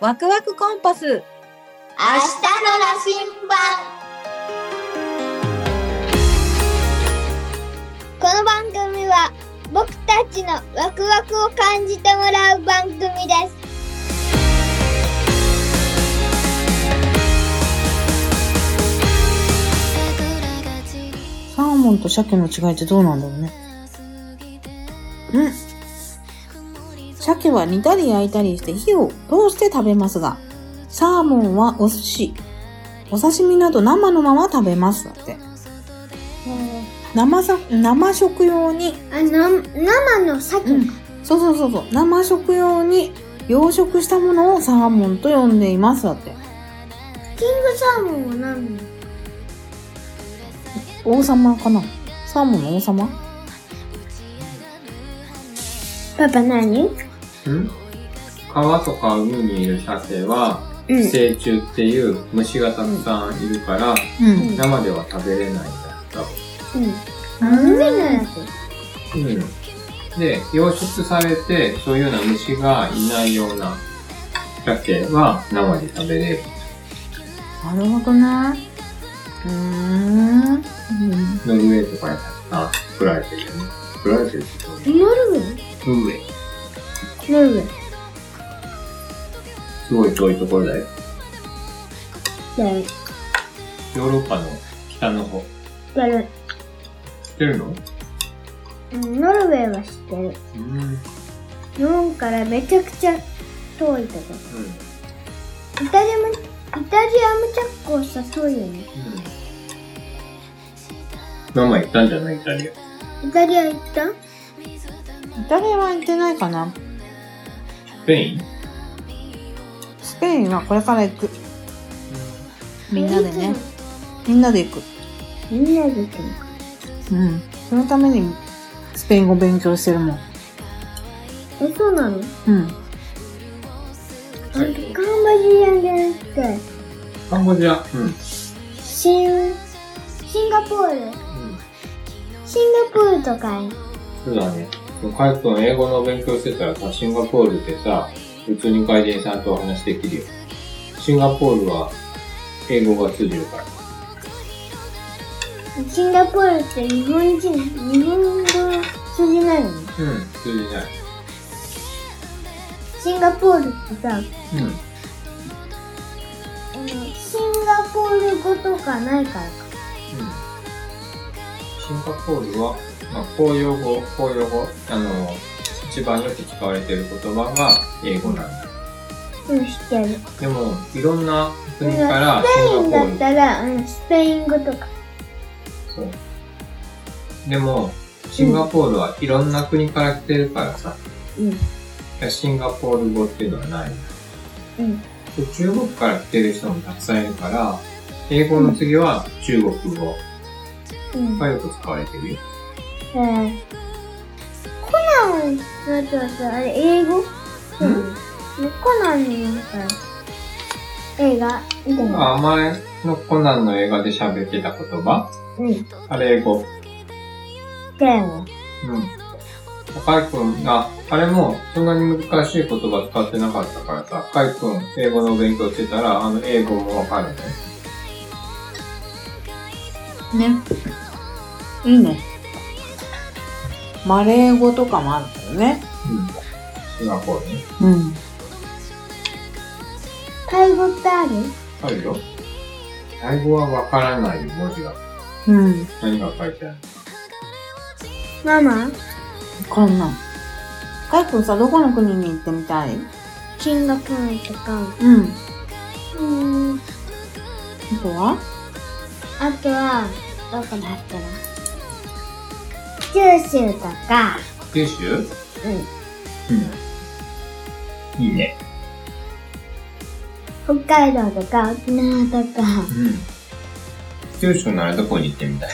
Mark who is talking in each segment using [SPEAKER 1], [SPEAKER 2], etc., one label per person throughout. [SPEAKER 1] ワクワクコンパス
[SPEAKER 2] 明日の羅針盤この番組は僕たちのワクワクを感じてもらう番組です
[SPEAKER 3] サーモンと鮭の違いってどうなんだろうね。うん。鮭は煮たり焼いたりして火を通して食べますが、サーモンはお寿司、お刺身など生のまま食べますだって。生さ、生食用に、
[SPEAKER 2] あの生のさっき
[SPEAKER 3] うん。そうそうそうそう。生食用に養殖したものをサーモンと呼んでいますだって。
[SPEAKER 2] サーモンは何
[SPEAKER 3] 王様かなサーモンの王様
[SPEAKER 2] パパ何
[SPEAKER 4] ん川とか海にいる鮭は、
[SPEAKER 2] うん
[SPEAKER 4] 成虫っていう虫がたくさんいるから、
[SPEAKER 3] うん。
[SPEAKER 4] 生では食べれないんだった。
[SPEAKER 2] 海のやつ
[SPEAKER 4] うん。で、養殖されて、そういうような虫がいないような鮭は生で食べれる。
[SPEAKER 3] なるほどね。うーん。うん
[SPEAKER 4] ノルウェーとかにたくさん作られてるよね。作られてるってこと
[SPEAKER 2] ノルウェ
[SPEAKER 4] ノルウェー。
[SPEAKER 2] ーノルウェー
[SPEAKER 4] すごい遠いところだよ。
[SPEAKER 2] だよ
[SPEAKER 4] ヨーロッパの北の方。
[SPEAKER 2] だよ
[SPEAKER 4] 知ってるの
[SPEAKER 2] うんノルウェーは知ってる
[SPEAKER 4] うん。うん。
[SPEAKER 2] 日本からめちゃくちゃ遠いとこイタリアもイタリアも結構さそうよね
[SPEAKER 4] ママ行ったんじゃないイタリア。
[SPEAKER 2] イタリア行った
[SPEAKER 3] イタリアは行ってないかな。
[SPEAKER 4] スペイン
[SPEAKER 3] スペインはこれから行く。みんなでね。みんなで行く。
[SPEAKER 2] みんなで行くの
[SPEAKER 3] うん。そのためにスペイン語勉強してるもん。
[SPEAKER 2] えそうなの
[SPEAKER 3] うん。
[SPEAKER 2] カンボジアじゃなくて
[SPEAKER 4] カンボジア。うん。うん。
[SPEAKER 2] シンシンガポールシンガポールとかへ
[SPEAKER 4] そうだね。でもカイ君英語の勉強してたらさ、シンガポールってさ、普通に外人さんとお話できるよ。シンガポールは英語が通じるから。
[SPEAKER 2] シンガポールって日本人日本語通じないの
[SPEAKER 4] うん。通じない。
[SPEAKER 2] シンガポールってさあの
[SPEAKER 4] うん。
[SPEAKER 2] シンガポール語とかないからか
[SPEAKER 4] うんシンガポールは、まあ、公用語、公用語、あの、一番よく使われている言葉が英語なんだ。
[SPEAKER 2] うん知ってる
[SPEAKER 4] でも、いろんな国
[SPEAKER 2] うん
[SPEAKER 4] から
[SPEAKER 2] スペイ
[SPEAKER 4] シ
[SPEAKER 2] ン
[SPEAKER 4] ンガ
[SPEAKER 2] だ
[SPEAKER 4] ポ
[SPEAKER 2] っ
[SPEAKER 4] ール。
[SPEAKER 2] たら、うん、スペイン語とか
[SPEAKER 4] そうでも、シンガポールはいろんな国から来てるからさ、
[SPEAKER 2] うん
[SPEAKER 4] いやシンガポール語っていうのはない。
[SPEAKER 2] うん
[SPEAKER 4] で中国から来てる人もたくさんいるから、英語の次は中国語
[SPEAKER 2] うん
[SPEAKER 4] がよく使われてるよ。
[SPEAKER 2] えー、コナンのやつはさ、あれ英語
[SPEAKER 4] うん
[SPEAKER 2] コナンのさ、映画みたいな。
[SPEAKER 4] あ前のコナンの映画で喋ってた言葉
[SPEAKER 2] うん。
[SPEAKER 4] あれ英語。
[SPEAKER 2] だよね。
[SPEAKER 4] うん。カイ君が、あれもそんなに難しい言葉使ってなかったからさ、カイ君英語の勉強してたら、あの英語もわかるね。
[SPEAKER 3] ね。いいね。マレー語とかもあるけどね。
[SPEAKER 4] うん。シンガポールね。
[SPEAKER 3] うん。
[SPEAKER 2] タイ語ってある
[SPEAKER 4] あるよ。英語はわからない文字が。
[SPEAKER 3] うん。
[SPEAKER 4] 何が書いてある
[SPEAKER 2] ママ
[SPEAKER 3] こんなん。カイ君さ、どこの国に行ってみたい
[SPEAKER 2] シンガポールとか。
[SPEAKER 3] うん。
[SPEAKER 2] うー
[SPEAKER 3] あ
[SPEAKER 2] ん。
[SPEAKER 3] とは
[SPEAKER 2] あとは、どこだっけな。九州とか、
[SPEAKER 4] 九州うん。うん。いいね。
[SPEAKER 2] 北海道とか、沖縄とか。
[SPEAKER 4] うん。九州ならどこに行ってみたい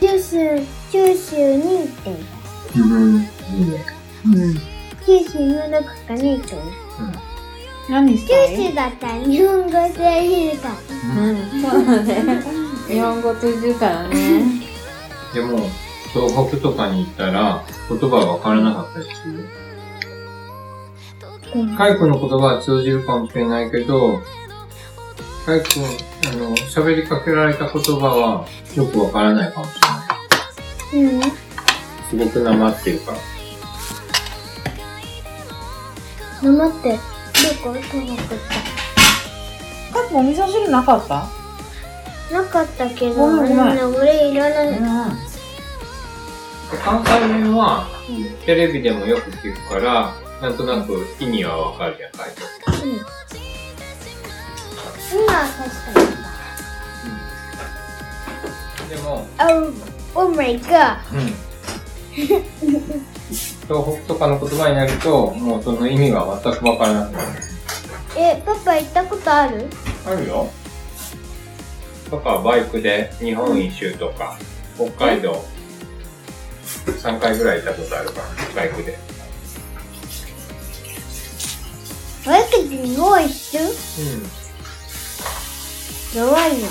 [SPEAKER 2] 九州、九州に行ってみたい
[SPEAKER 4] うん。いいね。
[SPEAKER 3] うん。
[SPEAKER 2] 九州のどこかに行ってみたい
[SPEAKER 3] 何し
[SPEAKER 2] 九
[SPEAKER 3] たい
[SPEAKER 2] 州だったら日本語通じるから。
[SPEAKER 3] うん。そうだね。日本語通じるから ね。
[SPEAKER 4] でも、東北とかに行ったら、言葉わからなかったりする。カイ君の言葉は通じるかもしれないけど、カイ君、あの、喋りかけられた言葉はよくわからないかもしれない。
[SPEAKER 2] うん。
[SPEAKER 4] すごくなまってるから。
[SPEAKER 2] 黙って、どこともくっ
[SPEAKER 3] カイ君お味噌汁なかった
[SPEAKER 2] た。なかったけ
[SPEAKER 3] ご
[SPEAKER 2] ど、
[SPEAKER 3] めんごめん
[SPEAKER 2] でもね俺いらな
[SPEAKER 3] う
[SPEAKER 2] い。
[SPEAKER 3] ん。
[SPEAKER 4] 関西弁は
[SPEAKER 2] うん
[SPEAKER 4] テレビでもよく聞くから、なんとなく意味はわかるやん、カイ君。
[SPEAKER 2] うん今は確かに。
[SPEAKER 4] でも、
[SPEAKER 2] Oh, oh my god!
[SPEAKER 4] 東北とかの言葉になると、もうその意味が全くわからなくなる。
[SPEAKER 2] え、パパ行ったことある
[SPEAKER 4] あるよ。とか、バイクで日本一周とか、北海道、3回ぐらい行ったことあるから、バイクで。
[SPEAKER 2] 俺たち日本一周
[SPEAKER 4] う
[SPEAKER 2] 弱いの。